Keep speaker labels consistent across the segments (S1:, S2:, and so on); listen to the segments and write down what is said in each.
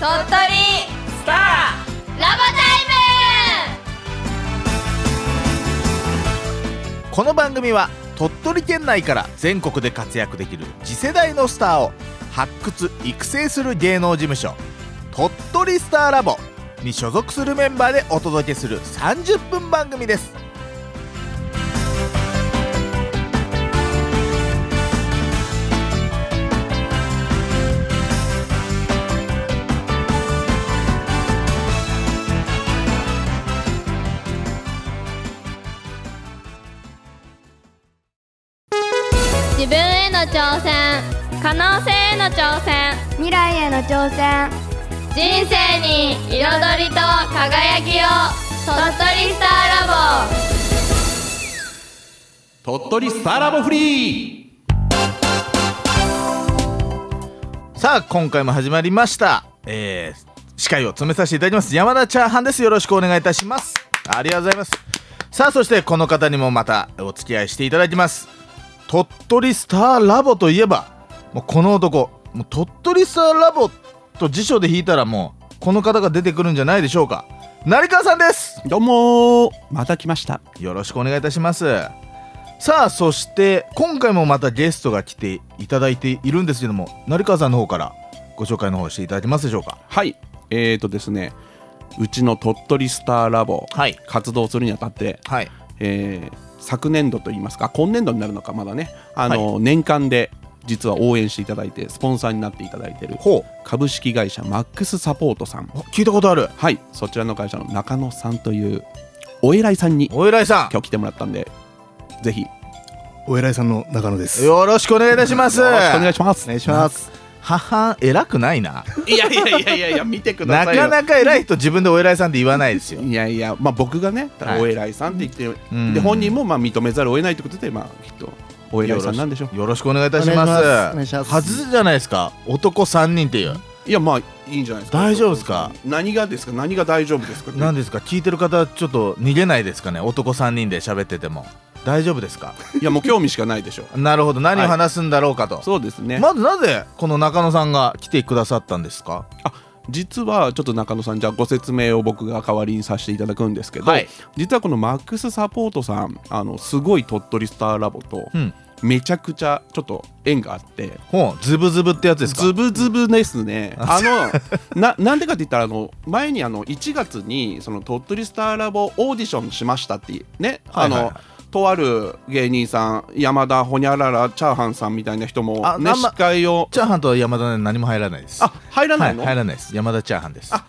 S1: 鳥取
S2: スター
S1: ラバタ
S3: この番組は鳥取県内から全国で活躍できる次世代のスターを発掘育成する芸能事務所鳥取スターラボに所属するメンバーでお届けする30分番組です
S1: イム自分への挑戦可能性への挑戦
S4: 未来への挑戦
S1: 人生に彩りと輝きを鳥取スターラボ
S3: 鳥取スターラボフリーさあ今回も始まりました、えー、司会を務めさせていただきます山田チャーハンですよろしくお願いいたしますありがとうございますさあそしてこの方にもまたお付き合いしていただきます鳥取スターラボといえばもうこの男もう鳥取スターラボと辞書で引いたらもうこの方が出てくるんじゃないでしょうか成川さんです
S5: どうもーまた来ました
S3: よろしくお願いいたしますさあそして今回もまたゲストが来ていただいているんですけども成川さんの方からご紹介の方していただけますでしょうか
S5: はいえーとですねうちの鳥取スターラボ、
S3: はい
S5: 活動するにあたって、
S3: はい
S5: えー昨年度といいますか今年度になるのかまだねあの、年間で実は応援していただいてスポンサーになっていただいてる
S3: ほ
S5: 株式会社マックスサポートさん
S3: うあ聞いたことある
S5: はいそちらの会社の中野さんというお偉いさんに
S3: お偉いさ
S5: 今日来てもらったんでぜひよ
S6: お偉いさんの中野です。
S3: んよろしくお願いいたします
S5: ろしくお願いします
S6: お願いします。
S3: 母偉くないない
S5: やいやいやいやいや見てくだ
S3: な
S5: さいよ
S3: かなか偉い人自分でお偉いさんって言わないですよ
S5: いやいや、まあ、僕がね、
S3: はい
S5: お偉いさんって言って、
S3: うん
S5: で本人もまあ認めざるを得ないということで、まあ、きっとお偉いさんなんでしょう。
S3: よろしくお願いいたします
S6: お願いします
S3: はずじゃないですか男三人っていう
S5: いや、まあいいんじゃないですか。
S3: 大丈夫ですか
S5: 何がですか何が大丈夫ですか
S3: 何
S5: で
S3: ですか聞いてる方ちょっと逃げないですかね男三人で喋ってても大丈夫ですか
S5: いや、もう興味しかないでしょう。
S3: なるほど何を話すんだろうかと、
S5: そうですね、
S3: まずなぜこの中野さんが来てくださったんですか
S5: 実はちょっと中野さんじゃあご説明を僕が代わりにさせていただくんですけど、
S3: はい
S5: 実はこのマックスサポートさんあのすごい鳥取スターラボと
S3: うん
S5: めちゃくちゃちょっと縁があって、
S3: ほうズブズブってやつですか
S5: ズブズブですね。あのななんでかって言ったらあの前にあの1月にその鳥取スターラボオーディションしましたっていうね、
S3: はいはいはい
S5: あの。とある芸人さん山田ほにゃららチャーハンさんみたいな人も、
S3: あ
S5: ね
S3: なんま
S5: 司会を
S3: チャーハンと山田ね何も入らないです
S5: あ入らないの、
S3: はい、入らないです山田チャーハンです
S5: あ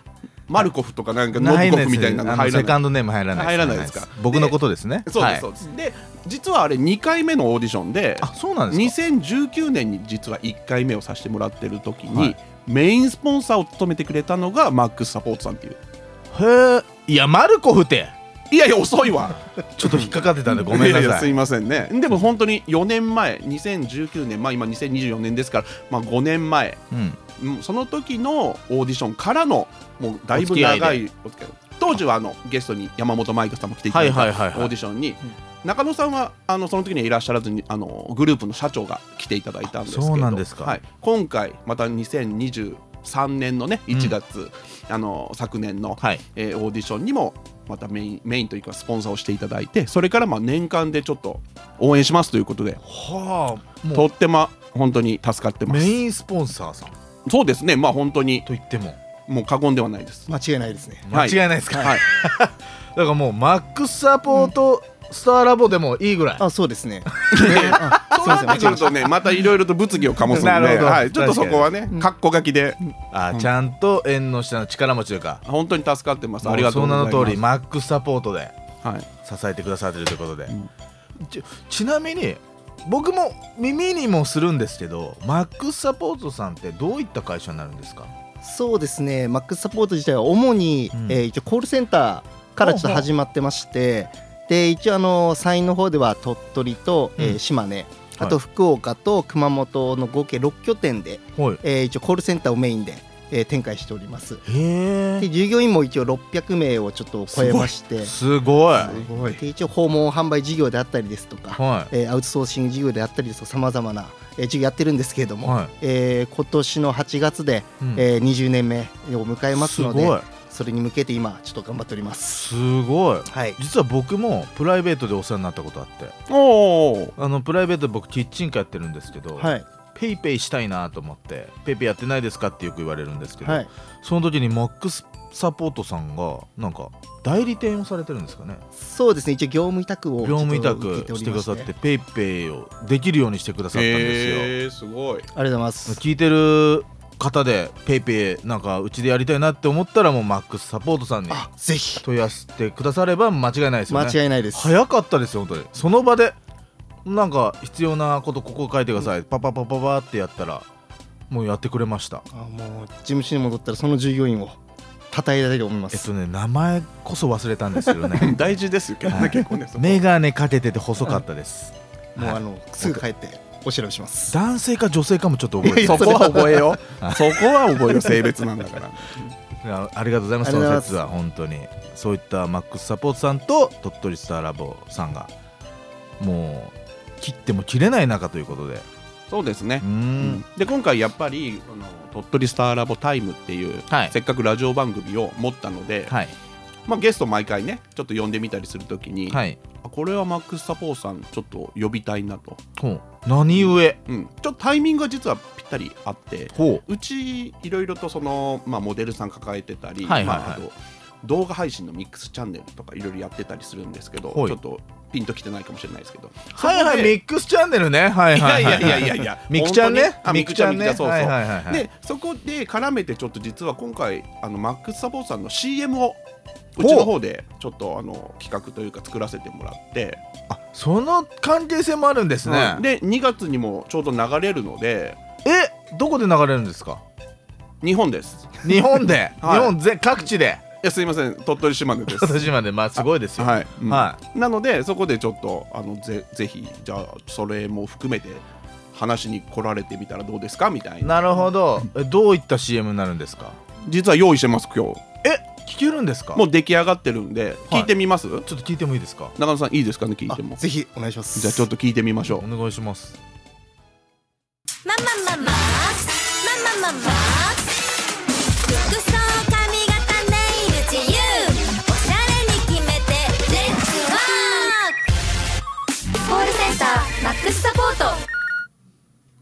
S5: マルコフとかなんかノ
S3: な
S5: ブ
S3: い
S5: コ
S3: で
S5: フ
S3: す
S5: みたいなの
S3: あ
S5: 入ら
S3: セ
S5: な
S3: カ
S5: い
S3: ンドネーム入らない
S5: 入らないですか
S3: 僕のことですね
S5: そうですそ
S3: は
S5: う
S3: い
S5: です、で実はあれ2回目のオーディションで
S3: あそうなんですか
S5: 2019年に実は1回目をさせてもらってる時に、
S3: はい
S5: メインスポンサーを務めてくれたのがマックスサポートさんっていう
S3: へえいやマルコフって
S5: いやいや遅いわ
S3: ちょっと引っかかってたんでごめんなさい
S5: ややすいませんねでも本当に4年前2019年まあ今2024年ですから、まあ、5年前
S3: うん、
S5: うんその時のオーディションからのもうだいぶ長いお付き合い当時はあのゲストに山本舞香さんも来ていただいた
S3: は
S5: オ
S3: いはいはいはい
S5: ーディションに中野さんはあのその時にはいらっしゃらずにあのグループの社長が来ていただいたんですけど
S3: あそうなんですか
S5: はい、今回また2023年のね1月、あの昨年の、
S3: はい
S5: えーオーディションにもまたメインメインというかスポンサーをしていただいてそれからまあ年間でちょっと応援しますということで
S3: はあも
S5: とっても本当に助かって
S3: う
S5: ま
S3: メ
S5: す
S3: インスポンサーさんと
S5: そうですねまあ本当に
S3: 言っても
S5: もう過言ではないです
S6: 間違いないですね。
S3: 間
S5: はい
S3: 違いないですか、
S5: はい
S3: だからもうマックスサポートスターラボでもいいぐらい
S6: あ、そうですね。ねあ
S5: そうなってくるとね、またいろいろと物議を醸す んで、
S3: なるほど
S5: はい、ちょっとそこはね、格好書きで、
S3: あ、ちゃんと縁の下の力持ちというか
S5: 本当に助かってます。ありがとう
S3: も
S5: ご
S3: う
S5: ざいます。
S3: その名の通りマックスサポートで
S5: はい、
S3: 支えてくださってるということで、
S5: ん
S3: ちちなみに僕も耳にもするんですけどマックスサポートさんってどういった会社になるんですか
S6: そうですね。マックスサポート自体は主に、
S3: うん
S6: えー一応コールセンターからちょっと
S3: ほうほう
S6: 始まってまして、で一応あのサインの方では鳥取と、え
S3: うん
S6: ー島根、あと福岡と熊本の合計6拠点で、
S3: はい
S6: えー一応コールセンターをメインで。えー展開しております
S3: へ
S6: で従業員も一応600名をちょっと超えまして
S3: えすごい
S6: すごいで一応訪問販売事業であったりですとか、
S3: はい
S6: えーアウトソーシング事業であったりですとかさまざまな、えー事業やってるんですけれども、
S3: はい
S6: えー今年の8月で、
S3: うん
S6: えー20年目を迎えます
S3: す
S6: ので
S3: ごい
S6: それに向けて今ちょっと頑張っております。
S3: すごい
S6: はい、
S3: 実は僕もプライベートでお世話になったことあって
S5: おお
S3: あのプライベートで僕キッチンカーやってるんですけど、
S6: はい
S3: ペイペイしたいなと思ってペイペイやってないですかってよく言われるんですけど、
S6: はい、
S3: その時にマックスサポートさんがなんか代理店をされてるんですかね
S6: そうですね一応業務委託を
S3: 業務委
S6: ちょっと受
S3: 託
S6: けてお
S3: して
S6: り
S3: く
S6: ま
S3: だ
S6: す
S3: さ
S6: ね
S3: ってペイペイをできるようにしてくださったんですよ
S5: ー、すごい
S6: ありがとうございます。
S3: 聞いてる方でペイペイなんかうちでやりたいなって思ったらもうマックスサポートさんに
S6: あぜひ
S3: 問い合わせてくだされば間違いないですよね
S6: 間違いないです。
S3: 早かったですよ本当にその場でなんか必要なことここ書いてください、パパパパパってやったらもうやってくれました
S6: あもう事務所に戻ったらその従業員を称えられると思いま
S3: えっ
S6: す
S3: と。ね名前こそ忘れたんですけど ね
S5: 大事ですけど
S3: は
S5: ね
S3: い
S5: 結構ねそこ
S3: メガネかけてて細かったです
S6: もうあのすぐ帰ってお調べします。
S3: 男性か女性かもちょっと覚えて
S5: そ
S3: ま
S5: こは覚えよそこは覚えよ性別なんだから
S3: あありがとうございます
S6: あ
S3: そ
S6: り
S3: の
S6: がとうございます
S3: 説は本当にそういったマックスサポートさんと鳥取スターラボさんがもう切っても切れない中ということで
S5: そうですね
S3: うーん
S5: で今回やっぱりあの鳥取スターラボタイムっていう、
S3: はい
S5: せっかくラジオ番組を持ったので、
S3: はい
S5: まあ、ゲスト毎回ねちょっと呼んでみたりするときに、
S3: はい
S5: あこれはマックス・サポーさんちょっと呼びたいなと、
S3: ほう何故、
S5: うん、ちょっとタイミングが実はぴったりあって
S3: ほ
S5: うちいろいろとその、まあ、モデルさん抱えてたり、
S3: はいはいはい
S5: まあ、あと動画配信のミックスチャンネルとかいろいろやってたりするんですけど
S3: はい
S5: ちょっとピンときてないかもしれないですけど
S3: うはいはい
S5: そこ
S3: ミ
S5: で
S3: ックスチャンネルねはい
S5: い
S3: は
S5: や
S3: い
S5: い
S3: は
S5: や
S3: い
S5: いやいやいや
S3: ミクちゃんね
S5: 本当にあミクちゃんミクちゃんそうそう、
S3: はいはいはいはい
S5: でそこで絡めてちょっと実は今回あのマックス・サポーさんの CM をうちの方でちょっとあの企画というか作らせてもらって、
S3: あその関係性もあるんですね、
S5: で2月にもちょうど流れるので
S3: えどこで流れるんですか
S5: 日本です
S3: 日本で、
S5: はい
S3: 日本全各地で
S5: いやすいません鳥取島根です
S3: 私までまあすごいですよ
S5: はい、うん
S3: は
S5: なのでそこでちょっとあのぜぜひじゃあそれも含めて話に来られてみたらどうですかみたいな
S3: なるほどえどういった CM になるんですか
S5: 実は用意してます今日
S3: え聞けるんですか
S5: もう出来上がってるんで
S3: はい
S5: 聞いてみます、
S3: ちょっと聞いてもいいですか
S5: 中野さんいいですかね聞い
S6: あ
S5: ても
S6: ぜひお願いします。
S5: じゃあちょっと聞いてみまし
S3: お
S5: ょ
S3: 願いします
S7: ママママママママ服装髪型ネイル自由おしゃれに決めてレッツワ
S1: コールセンターマックスサポート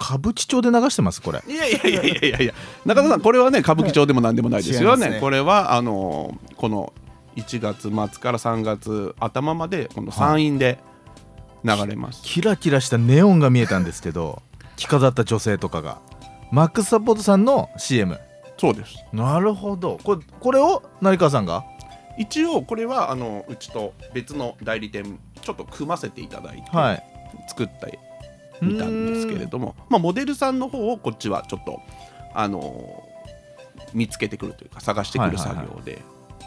S3: 歌舞伎町で流してますこれ
S5: ういやいやいやいやいやいや中野さんこれはね歌舞伎町でも何でもないですよ
S6: 違いま
S5: ね,、
S6: すね
S5: これはあのーこの1月末から3月頭までこの山陰で流れます、
S3: キラキラしたネオンが見えたんですけど 着飾った女性とかがマックスサポートさんの CM
S5: そうです
S3: なるほどこれこれを成川さんが
S5: 一応これはあのうちと別の代理店ちょっと組ませていただいて
S3: はい
S5: 作ったみたんですけれども、まあ、モデルさんの方をこっちはちょっとあのー見つけてくるというか探してく
S3: は
S5: る
S3: いはい
S5: 作
S3: はい
S5: 業で。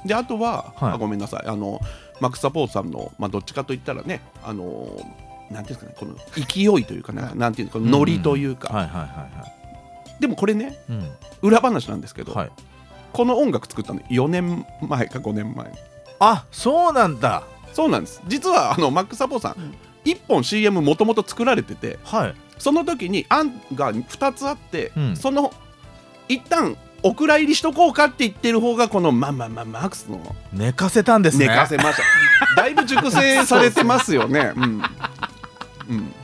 S5: であとは、
S3: はい
S5: あごめんなさいあのマック・サポートさんの、まあ、どっちかといったらねあのーなんていうんですかねこの勢いというかなんかなんていうのこのノリというか、
S3: はいはいはい
S5: でもこれね
S3: はい
S5: 裏話なんですけ
S3: う
S5: ど、
S3: んはい
S5: この音楽作ったの4年前か5年前
S3: あそうなんだ
S5: そうなんです実はあのマック・サポーさん、一1本 CM もともと作られてて
S3: はい
S5: その時に案が2つあって、
S3: うん
S5: その一旦お蔵入りしとこうかって言ってる方がこのまあまあまあマックスの
S3: 寝かせたんですね
S5: 寝かせました、だいぶ熟成されてますよね。うんうん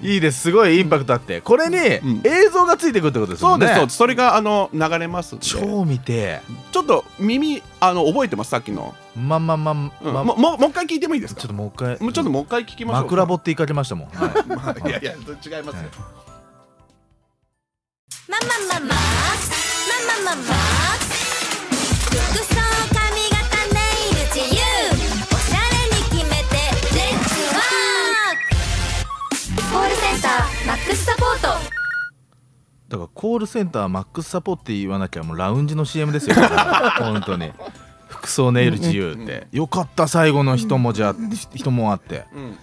S3: いいですすごいインパクトあってこれに
S5: うん
S3: 映像がついてくるってことです
S5: そ
S3: も
S5: うんで
S3: ね
S5: す、そうですそれがあの流れますんでちょ
S3: 超見て
S5: っと耳あの覚えてますさっきの、
S3: まんまんまん
S5: うん
S3: ま
S5: ももうもう一回聞いてもいいです
S3: ちょ
S5: か
S3: っともう一回
S5: もうちょっともう一回聞きましょうか
S3: 枕ぼっていかれましたもんはい
S5: まあいやいや違いますよ、
S7: ークママママママママ服装髪型ネイル自由おしゃれに決めてレッツワーク
S1: コールセンターマックスサポート
S3: だからコールセンターマックスサポって言わなきゃもうラウンジの CM ですよ 本当に服装ネイル自由ってよかった最後の人もじゃあ人もあって
S5: うん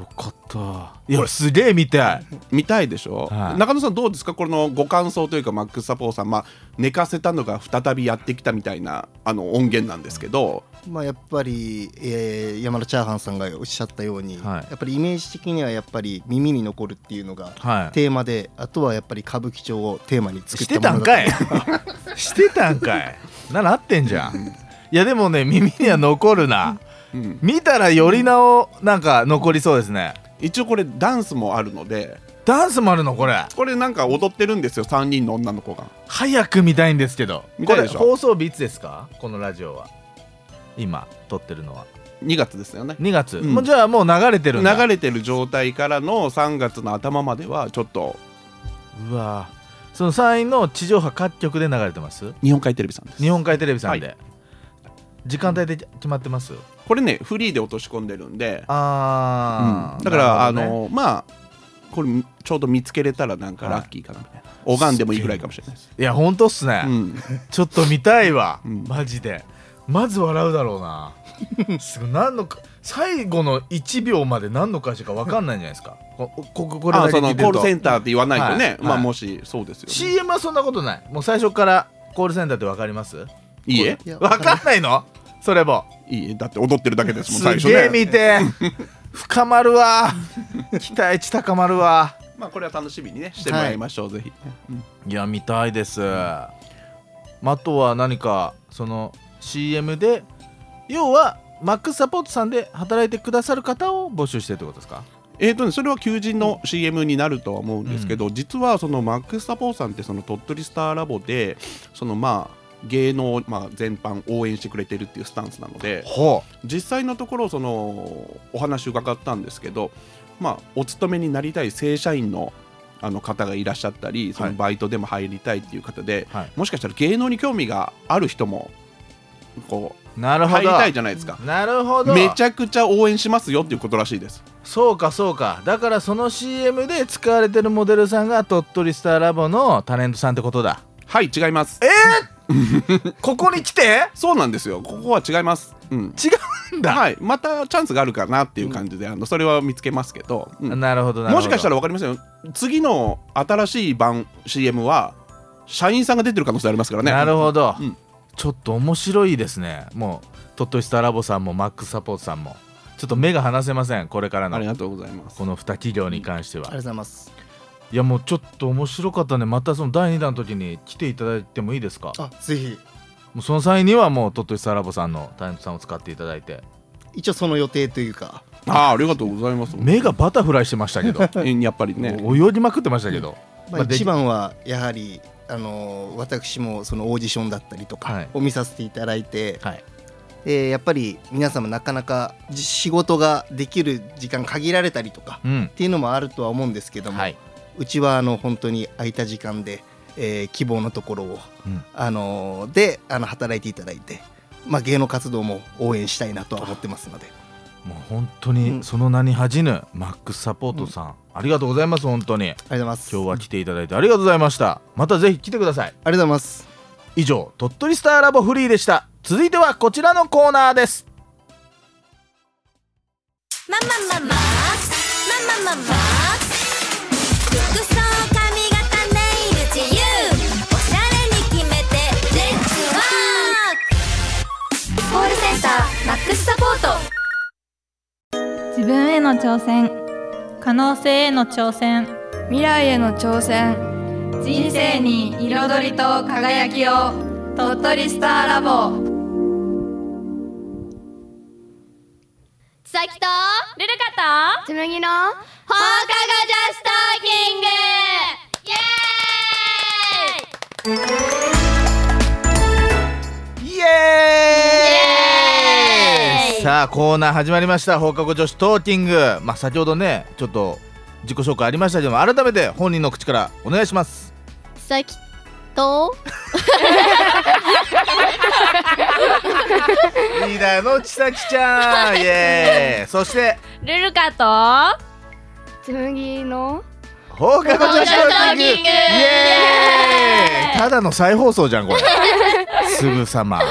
S3: よかっ
S5: と
S3: いやすげえ見たい
S5: 見たいでしょ、
S3: はい
S5: 中野さんどうですかこのご感想というかマックス・サポーさん、まあ、寝かせたのが再びやってきたみたいなあの音源なんですけど
S6: まあ、やっぱり、えー、山田チャーハンさんがおっしゃったように、
S3: はい
S6: やっぱりイメージ的にはやっぱり耳に残るっていうのが
S3: はい
S6: テーマであとはやっぱり歌舞伎町をテーマに作
S3: し
S6: ってた
S3: た
S6: も
S3: ん
S6: のだ
S3: かいしてたんかいなら合ってんじゃんいやでもね耳には残るな
S5: うん
S3: 見たらよりなおなんか残りそうですね
S5: 一応これダンスもあるので
S3: ダンスもあるのこれ
S5: これなんか踊ってるんですよ3人の女の子が
S3: 早く見たいんですけど
S5: 見
S3: こ
S5: たい
S3: れ
S5: でしょ
S3: 放送日いつですかこのラジオは今撮ってるのは
S5: 2月ですよね
S3: 2月、
S5: うん
S3: もうじゃあもう流れてるんだ
S5: 流れてる状態からの3月の頭まではちょっと
S3: うわその3位の地上波各局で流れてます
S5: 日本海テレビさんです
S3: 日本海テレビさんで、時間帯で決まってます
S5: これねフリーで落とし込んでるんで、
S3: ああ、
S5: うんだから、あ
S3: なるほどね
S5: のまあこれちょうど見つけれたらなんかラッキーかなみたいな、拝んでもいいぐらいかもしれないです、
S3: いやほんとっすね、
S5: うん、
S3: ちょっと見たいわ、
S5: うん
S3: マジでまず笑うだろう なすごい何のか最後の1秒まで何の歌詞か分かんないんじゃないですかここここれだ
S5: あ
S3: け
S5: そ
S3: 聞
S5: の
S3: いて
S5: コー
S3: る
S5: ル
S3: と
S5: センターって言わないとね、
S3: はい
S5: まあ
S3: はい
S5: もしそうですよ、ね、
S3: CM はそんなことないもう最初からコールセンターって分かります
S5: いいえ
S6: いや
S3: 分かんないのそれも
S5: いいえだって踊ってるだけですもん
S3: す
S5: 最初
S3: げえ
S5: ね
S3: 見て 深まるわ期待値高まるわ
S5: まあこれは楽しみにねしてもらいましょう、ぜひ、うん
S3: いや見たいです、まああとは何かその CM で要はマックスサポートさんで働いてくださる方を募集してるってことですか
S5: えーとね、それは求人の CM になるとは思うんですけど、実はそのマックス・サポーさんってその鳥取スターラボでそのまあ芸能をまあ全般応援してくれてるっていうスタンスなので
S3: ほ
S5: 実際のところそのお話伺ったんですけど、まあ、お勤めになりたい正社員のあの方がいらっしゃったりそ
S3: は
S5: の
S3: い
S5: バイトでも入りたいっていう方で、
S3: はい
S5: もしかしたら芸能に興味がある人もこ
S3: うな
S5: う
S3: るほ
S5: 入り
S3: ど
S5: たいじゃないですか。
S3: なるほど
S5: めちゃくちゃ応援しますよっていうことらしいです。
S3: そうかそうかだからその CM で使われてるモデルさんが鳥取スターラボのタレントさんってことだ
S5: はい違います。
S3: ここに来て
S5: そうなんですよ。ここは違います。うん。
S3: 違うんだ、
S5: はい。またチャンスがあるかなっていう感じで、あのそれは見つけますけど、うん
S3: なるほどなるほど
S5: もしかした
S3: ら
S5: らわかりませんよ。次の新しい版 CM は社員さんが出てる可能性ありますからね。
S3: なるほど、
S5: うん
S3: ちょっと面白いですねもう鳥取スターラボさんもマックスサポートさんもちょっと目が離せませんこれから
S5: あり
S3: の
S5: がとうございます。
S3: この2企業に関しては、
S6: ありがとうございます
S3: いやもうちょっと面白かったねまたその第2弾の時に来ていただいてもいいですか
S6: あぜひ
S3: もうその際にはもう鳥取スターラボさんのタレントさんを使っていただいて
S6: 一応その予定というか
S5: あーありがとうございます。
S3: 目がバタフライしてましたけど、
S5: うんやっぱりね。
S3: お泳ぎまくってましたけど、ま
S6: まあ、
S3: あで
S6: 一番はやはり、あのー私もそのオーディションだったりと
S3: は
S6: か
S3: い
S6: を見させていただいて、
S3: はい
S6: でやっぱり皆様なかなかじ仕事ができる時間限られたりとか
S3: うん
S6: っていうのもあるとは思うんですけども、
S3: はいう
S6: ちはあの本当に空いた時間で、えー希望のところを、
S3: うん
S6: あのーであの働いていただいて、まあ、芸能活動も応援したいなとは思ってますので
S3: もう本当
S6: う
S3: に
S6: ん
S3: その名に恥じぬマックスサポートさん、ありがとうございます本当に
S6: ありがとうございます
S3: 今日は来ていただいてありがとうございましたまたぜひ来てください
S6: ありがとうございます
S3: 以上鳥取スターラボフリーでした続いてはこちらのコーナーです
S7: ママママママママ服装髪型ネイル自由おしゃれに決めてレッツワークコールセンターマックスサポート
S8: 自分への挑戦可能性への挑戦
S4: 未来への挑戦
S8: 人生に彩りと輝きを鳥取スターラボ
S1: さきと
S8: ルルカと
S4: 紬の
S1: 放課後ジャストーキングイエーイ
S3: イエーイ
S1: イエーイ
S3: さあコーナー始まりました放課後女子トーキングまあ先ほどねちょっと自己紹介ありましたけども改めて本人の口からお願いします
S1: さきと
S3: リーダーのちさきちゃんイエーイそして
S8: ルルカと
S4: 紬の
S3: 放課後女子トーキング
S1: イエー
S3: イエ
S1: イ
S3: ーイただの再放送じゃんこれすぐさま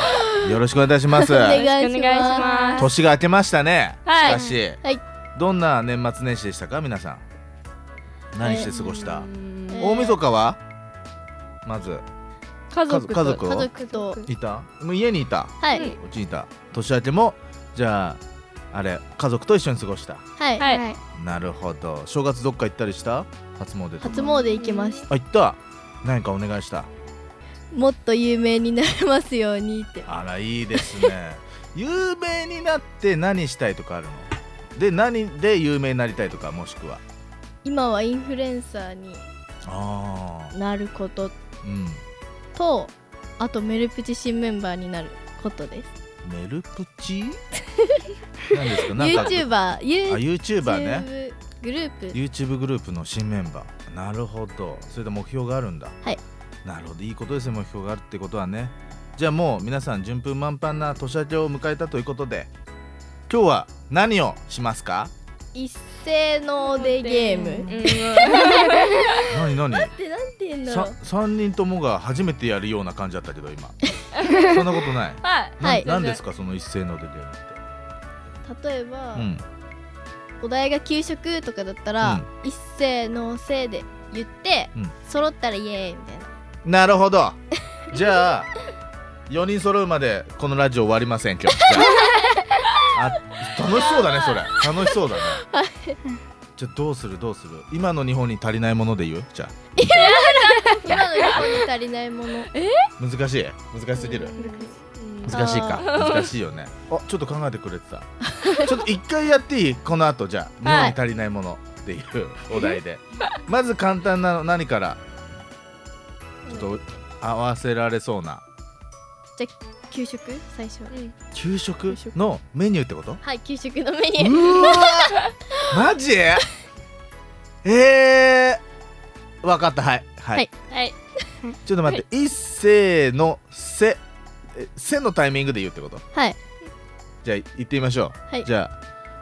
S3: よろしくお願いいたします
S1: お願いします
S8: お願いします
S3: 年が明けましたね、
S8: はい
S3: しかし、
S1: はい
S3: どんな年末年始でしたか皆さん何して過ごした、
S1: えー
S3: 大晦日はまず
S4: 家
S3: 族と家族
S1: 家族と
S3: いたもう家にいた
S1: はい、
S3: うちにいた年明けもじゃああれ家族と一緒に過ごした
S1: はい、
S4: はい、
S3: なるほど正月どっか行ったりした初詣とか
S1: 初詣行きました
S3: あ行った何かお願いした
S1: もっと有名になれますようにって
S3: あらいいです ね有名になって何したいとかあるので何で有名になりたいとかもしくは
S1: 今はインフルエンサーに
S3: ああ
S1: なること
S3: うん
S1: とあとメルプチ新メンバーになることです
S3: メルプ チ何ですかなんか
S1: YouTuber
S3: あ YouTuber ね
S1: グループ
S3: YouTube グループの新メンバーなるほどそれで目標があるんだ
S1: はい
S3: なるほどいいことですね目標があるってことはねじゃあもう皆さん順風満帆な年明けを迎えたということで今日は何をしますか
S1: 一斉のでゲーム
S3: 何何
S1: って なんて言うんだろ
S3: さ
S1: う
S3: 三人ともが初めてやるような感じだったけど 今そんなことない
S2: はい。
S3: な
S1: はい
S3: 何ですかその一斉のでゲームって
S1: 例えば、
S3: うん
S1: お題が給食とかだったら、一斉のせいで言って、
S3: うん
S1: 揃ったらイエーイみたいな
S3: なるほどじゃあ4人揃うまでこのラジオ終わりません 今日じゃああ楽しそうだねそれ楽しそうだねじゃあどうするどうする今の日本に足りないもので言うじゃ
S1: 今の日本に足りないもの
S3: あ難しい難しすぎる難しいか難しいよねあちょっと考えてくれてたちょっと一回やっていいこの後じゃあ日本に足りないものっていうお題でまず簡単なの何からちょっと合わせられそうな
S1: 給食最初
S3: 給食のメニューってこと
S1: はい給食のメニュー
S3: うわマ ジえー、わかったはいはい、
S1: はいはい
S3: ちょっと待って、一斉のせえせのタイミングで言うってこと
S1: はい
S3: じゃあ行ってみましょう、
S1: はい
S3: じゃ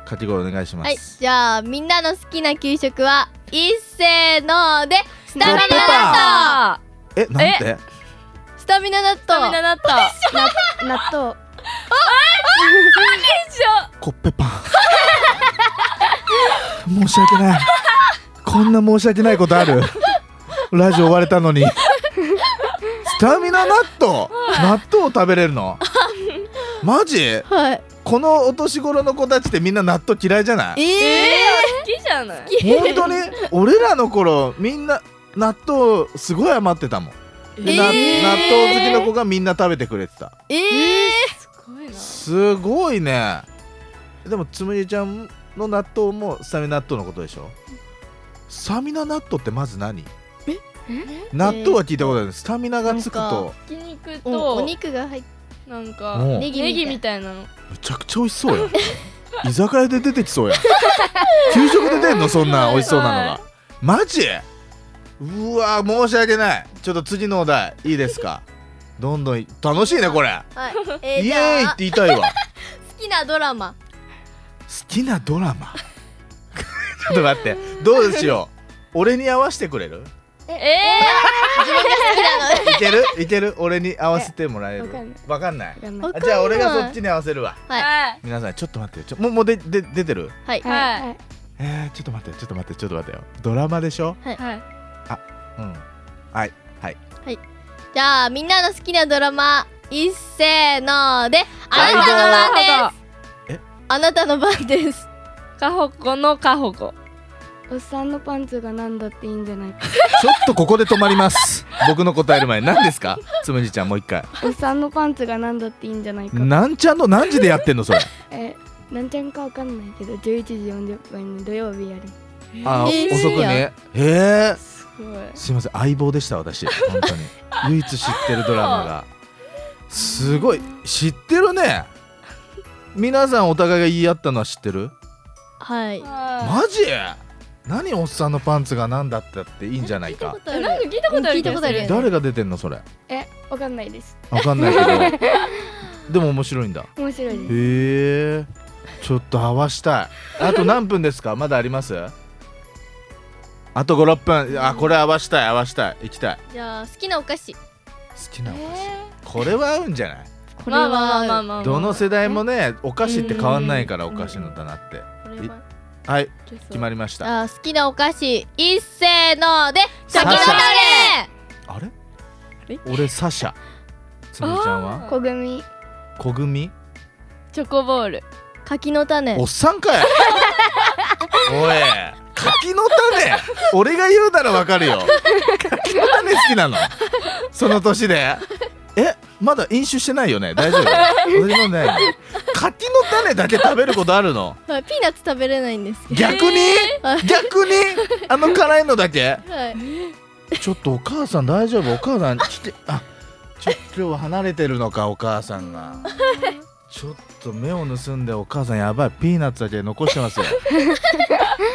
S3: あかき氷お願いしま
S1: はい
S3: す、
S1: じゃあみんなの好きな給食は一せのでスタミナナッ
S2: あ
S3: えなんて
S1: トスタミナナッ
S2: ー、ダメ
S1: ト
S2: だった。
S4: 納豆
S3: コッペパン申し訳ないこんな申し訳ないことあるラジオ終われたのにスタミナ納豆納豆を食べれるのマジ
S1: はい
S3: このお年頃の子たちってみんな納豆嫌いじゃない
S1: え
S2: 好きじゃない。
S3: 本当に俺らの頃みんな納豆すごい余ってたもんで、な
S1: えー
S3: 納豆好きの子がみんな食べてくれてた
S1: ー、え
S2: すごいな。
S3: すごいねでもつむぎちゃんの納豆もスタミナ納豆のことでしょスタミナ納豆ってまず何納豆は聞いたことあるスタミナがつくと
S2: ひき肉
S1: ー、おお
S2: と、
S1: 肉が入って
S2: なん
S3: う
S2: か、
S3: ん
S2: ネギネギみたいなの。
S3: むちゃくちゃ美味しそうや 居酒屋で出てきそうや 給食で出んのそんな美味しそうなのが、
S2: はい
S3: マジうわ申し訳ないちょっと次のお題いいですかどんどんい楽しいねこれ、
S1: はいえー、
S3: イ
S1: じ
S3: エ
S1: ゃ
S3: ーイっ
S1: あ
S3: て言いたいわ好
S1: 好きなドラマ
S3: きなドラマ ちょっと待ってどうしよう俺に合わせてくれる
S2: え
S1: 自分が好きなの
S3: いけるいける俺に合わせてもらえる
S4: わかんない
S3: わかんない
S4: が
S1: わかんない
S3: あじゃあ俺がそっちに合わせるわ
S2: ー、はい。
S3: 皆さんちょっと待ってよちょもうもうでで出てる
S1: はい
S2: はい
S4: はい
S3: えー、ちょっと待ってちょっと待ってちょっと待ってよドラマでしょ
S2: はい。
S3: うん。はい。はい。
S1: じゃあみんなの好きなドラマいっせーのであなたの番ですあなたの番です
S2: カホコのカホコ。
S4: おっさんのパンツがなんだっていいんじゃないか
S3: ちょっとここで止まります。僕の答える前に、何ですか。つむじちゃん、もう一回。
S4: おっさんのパンツがなんだっていいんじゃないか
S3: なんちゃんの何時でやってんの、それ。
S4: えなんちゃんかわかんないけど11時40分に土曜日やる
S3: あ
S1: えー
S3: 遅く
S1: 深夜
S3: ね。ええ。
S2: すごい。
S3: すいません、相棒でした、私。本当に。唯一知ってるドラマが。すごい。知ってるね。皆さん、お互いが言い合ったのは知ってる。
S1: はい
S2: ま
S3: マジ。何おっさんのパンツが何だったっていいんじゃないか。
S2: なんか聞いたことある。
S1: 聞いたことあるよね
S3: 誰が出てんの、それ。
S4: えわかんないです
S3: わかんないけど。 でも面白いんだ。
S4: 面白いです
S3: へえちょっと合わしたいあと何分ですかまだありますあと56分あこれ合わしたい合わしたい行きたい
S1: じゃあ好きなお菓子
S3: 好きなお菓子、これは合うんじゃない
S1: こ
S2: まあまあまあまあまあまあ。
S3: どの世代もねお菓子って変わんないからお菓子の棚って
S1: これは
S3: はい決まりました
S1: あー好きなお菓子いっせーので
S3: サ
S1: 先
S3: シャ
S1: のどれ
S3: あれ俺サシャつむぎちゃんは
S4: 小組
S3: 小組
S2: チョコボール
S1: 柿の種
S3: おっさんかいおい柿の種俺が言うならわかるよ柿の種好きなのその年でえまだ飲酒してないよね大丈夫私もね柿の種だけ食べることあるの
S1: はいピーナッツ食べれないんですけど
S3: 逆に、逆にあの辛いのだけ
S1: はい
S3: ちょっとお母さん大丈夫お母さん来てあちょ今日は離れてるのかお母さんがちょっと目を盗んでお母さんやばいピーナッツだけ残してますよ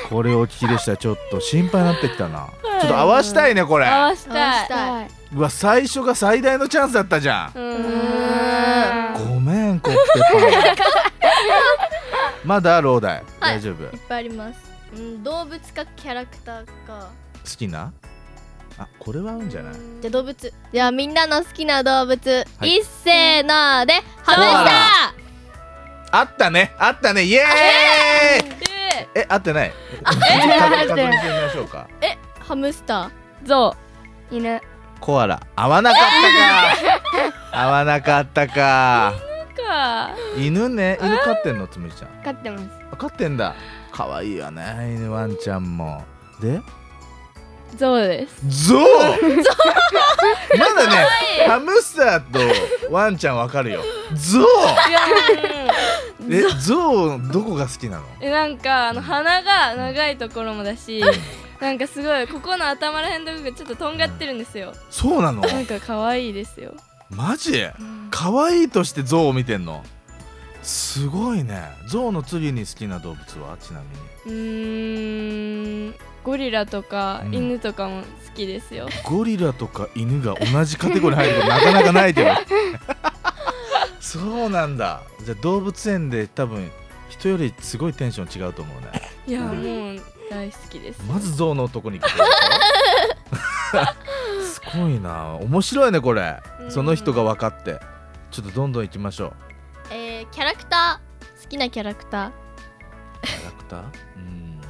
S3: これをお聞きでしたらちょっと心配になってきたなちょっと合わしたいねこれ
S2: 合わせたい
S1: は
S4: はいう
S3: わ最初が最大のチャンスだったじゃん
S2: うーん
S4: う
S3: ごめんコッペパンまだあるお題大丈夫、
S1: いっぱいありますうん動物かキャラクターか
S3: 好きなあこれは合うんじゃない
S1: じゃあ動物じゃあみんなの好きな動物、、
S3: はいい
S1: っせーの
S3: コ
S1: でハム
S3: ア
S1: ス
S3: ラ
S1: ター
S3: あったねあったねイエーイえ合ってない確確認してみましょうか
S1: ハムスタ
S2: ゾ
S4: 犬
S3: コアラ合わなかったか合わなかったか
S2: ウか
S3: 犬ね犬飼ってんのつむじちゃん
S4: 飼ってます
S3: あ飼ってんだ可愛いわね犬ワンちゃんもで
S2: ゾウです
S3: ゾウまだねハムスターとワンちゃんわかるよゾウえゾウどこが好きなの
S2: えなんかあの鼻が長いところもだしなんかすごいここの頭らへんの部分ちょっととんがってるんですよ
S3: そうなの
S2: なんか可愛いですよ
S3: マジ可愛いとして象を見てんのすごいね象の次に好きな動物はちなみに
S2: うーんゴリラとか
S3: うん
S2: 犬とかも好きですよ
S3: ゴリラとか犬が同じカテゴリー入ること なかなかないけどそうなんだじゃあ動物園で多分人よりすごいテンション違うと思うね
S2: いやもう大好きです
S3: まず象の男に行く すごいな面白いねこれ
S2: うん
S3: その人が分かってちょっとどんどん行きましょう
S1: ーえー、キャラクター好きなキャラクター
S3: キャラクターうん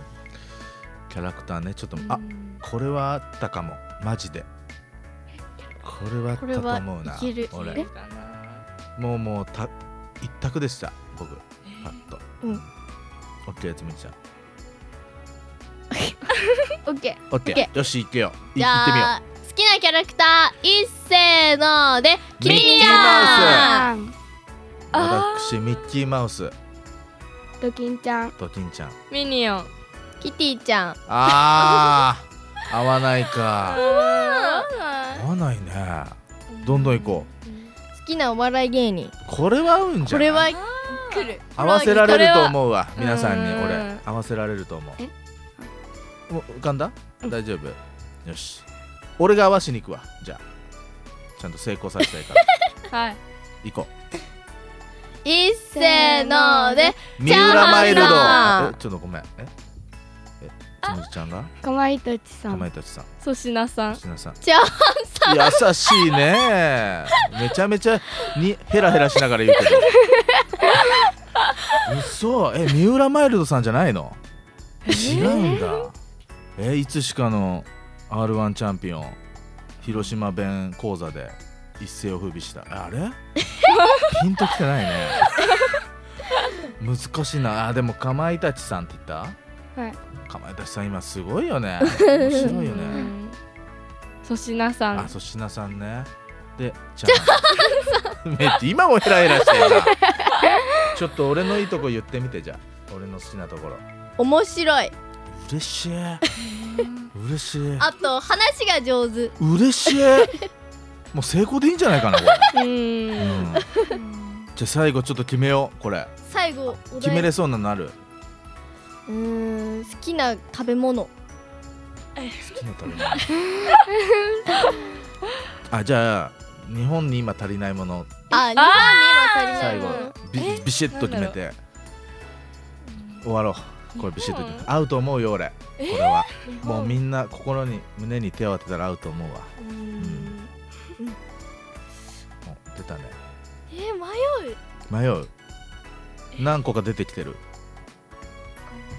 S3: キャラクターねちょっとあこれはあったかもマジでこれはあったと思うな
S1: これはいける
S3: 俺
S2: いいかな
S3: もうもうた一択でした僕パッと、
S1: うん
S3: オッケーつむぎちゃん
S4: オッケ
S3: オッケ
S1: オッケ
S3: ーよし行けよい
S1: じ
S3: 行ってみよ
S1: ゃあ好きなキャラクターいっせーのでキリンちゃん
S4: ー
S3: う私ミッキーマウス
S4: ドキンちゃん
S3: とキンちゃん
S2: ミニオン
S1: キティちゃん
S3: あー合わないか
S2: あ
S3: 合わないねどんどん行こう
S1: 好きなお笑い芸人
S3: これは合うんじゃ
S1: こ
S3: ない
S1: れは来る
S3: 合わせられると
S1: う
S3: 思うわ
S2: これは
S3: 皆さんに
S2: うん
S3: 俺合わせられると思うもう浮かんだ大丈夫よし俺が合わしに行くわじゃあちゃんと成功させたいから
S2: ーはい
S3: 行こ
S1: いっせーので
S3: う三浦マイルド
S1: さん
S3: えちょっとごめんええつむじちゃんが
S4: かまいたちさ
S3: か
S4: ん
S3: まいたちさん
S2: 粗品さん
S3: しなさん
S1: チャーハ
S3: 優しいねめちゃめちゃにヘラヘラしながら言うけど嘘え三浦マイルドさんじゃないの違うんだえいつしかの r 1チャンピオン広島弁講座で一世を風靡したあれピンときてないね難しいなあでもかまいたちさんって言った
S4: はい
S3: かまいたちさん今すごいよね面白いよ
S2: う
S3: ね
S2: ん粗品さ
S3: あ、
S2: ん
S3: 粗品さんね。で、チャー ン。めっちゃ今もヘラヘラしてるな。ちょっと俺のいいとこ言ってみてじゃあ。俺の好きなところ。
S1: 面白い
S3: 嬉しい。嬉しい。
S1: あと話が上手
S3: 嬉しい。もう成功でいいんじゃないかなこ
S2: うー
S3: れ。
S2: ん
S3: うん。じゃあ最後ちょっと決めようこれ。
S1: 最後お題
S3: 決めれそうなのある。
S1: うーん好きな食べ物
S3: 好きな食べ 物。あ、じゃあ日本に今足りないもの
S1: あ、日
S3: 最
S1: 本
S3: 後
S1: に今足りないもの
S3: ビビシッと決めて終わろうこれビシッと決めて合うと思うよ俺これはもうみんな心に胸に手を当てたら合うと思うわうんお出たね
S1: えー迷う
S3: 迷う何個か出てきてる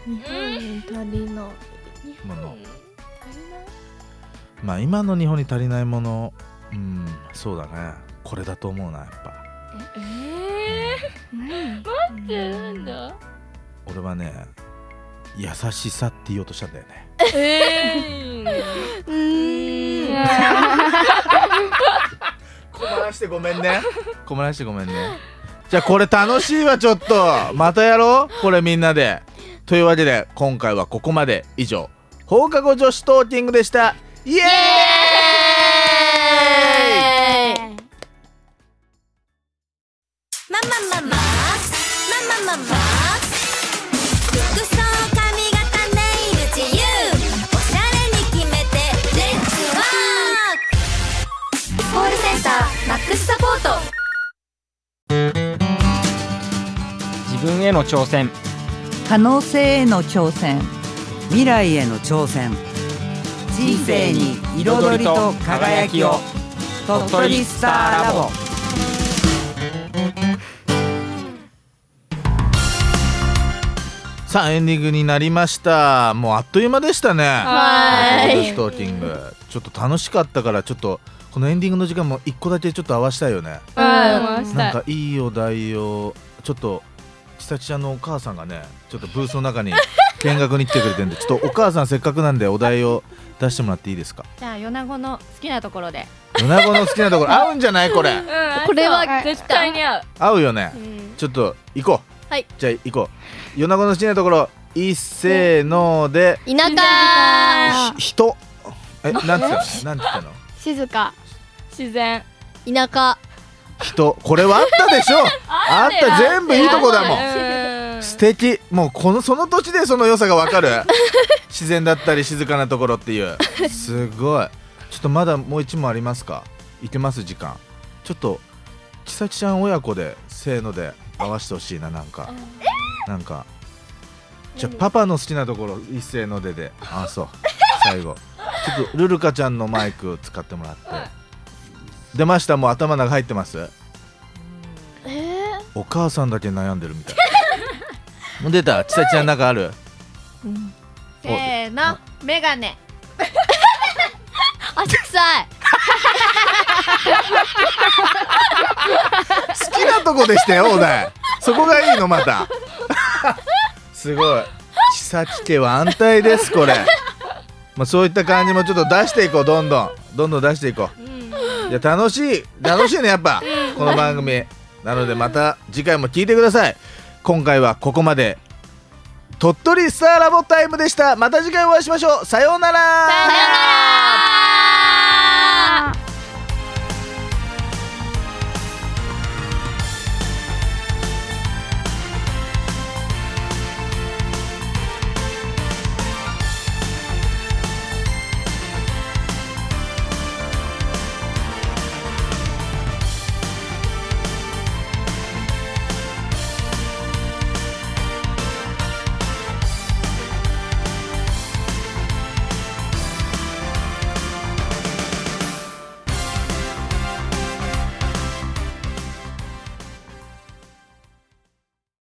S4: 日本に足りない
S3: ものまあ今の日本に足りないものうんそうだねこれだと思うなやっぱ
S2: え
S4: 何
S2: ー、待ってなんだ
S3: 俺はね優しさって言おうとしたんだよね
S2: え
S1: うーん
S3: 困らしてごめんね 困らしてごめんねじゃあこれ楽しいわちょっとまたやろうこれみんなでというわけで今回はここまで以上放課後女子トーキングでしたイエーイ
S7: ママママママママ服装髪型ネイル自由おしゃれに決めてレッツワークコールセンターマックスサポート
S9: 自分への挑戦
S10: 可能性への挑戦未来への挑戦人生に彩りと輝きを鳥取スターラボ
S3: さあエンディングになりましたもうあっという間でしたね
S1: はーい
S3: ストーキングちょっと楽しかったからちょっとこのエンディングの時間も一個だけちょっと合わしたいよね
S2: あ回し
S3: な
S2: た
S3: ん
S2: い
S3: かいいお題をちょっとちさちゃんのお母さんがねちょっとブースの中に見学に来てくれて るんでちょっとお母さんせっかくなんでお題を出してもらっていいですか
S11: じゃあ米子の好きなところで
S3: 米子の好きな ところ合うんじゃないこれ
S2: うん合いそう
S1: これは来
S2: 絶
S1: た
S2: 対に合う
S3: 合うよね
S2: うん
S3: ちょっと行こう
S1: はい
S3: じゃあ行こう米子の好きなところいっせーので
S1: 田舎
S3: ひ人えなんて言ったのなんて言ったの
S4: 静か
S2: 自然
S1: 田舎
S3: 人これはあったでしょあった全部いいとこだもん
S2: ん
S3: 素敵もうこのその土地でその良さがわかる自然だったり静かなところっていうすごいちょっとまだもう一問ありますかいけます時間ちょっとちさきちゃん親子でせーので合わせてほしいななんかなんかじゃあパパの好きなところ一斉のでであそう最後ちょっとルルカちゃんのマイクを使ってもらって出ましたもう頭の中入ってますお母さんだけ悩んでるみたい なもう出たちさちゃんなんかある
S11: せーのメガネ
S1: 足臭い
S3: 好きなとこでしたよお題そこがいいのまた すごいちさき家は安泰ですこれまあそういった感じもちょっと出していこうどんどんどんどん出していこういや楽しい楽しいねやっぱこの番組なのでまた次回も聞いてください今回はここまで鳥取スターラボタイムでしたまた次回お会いしましょうさようなら
S1: さよなら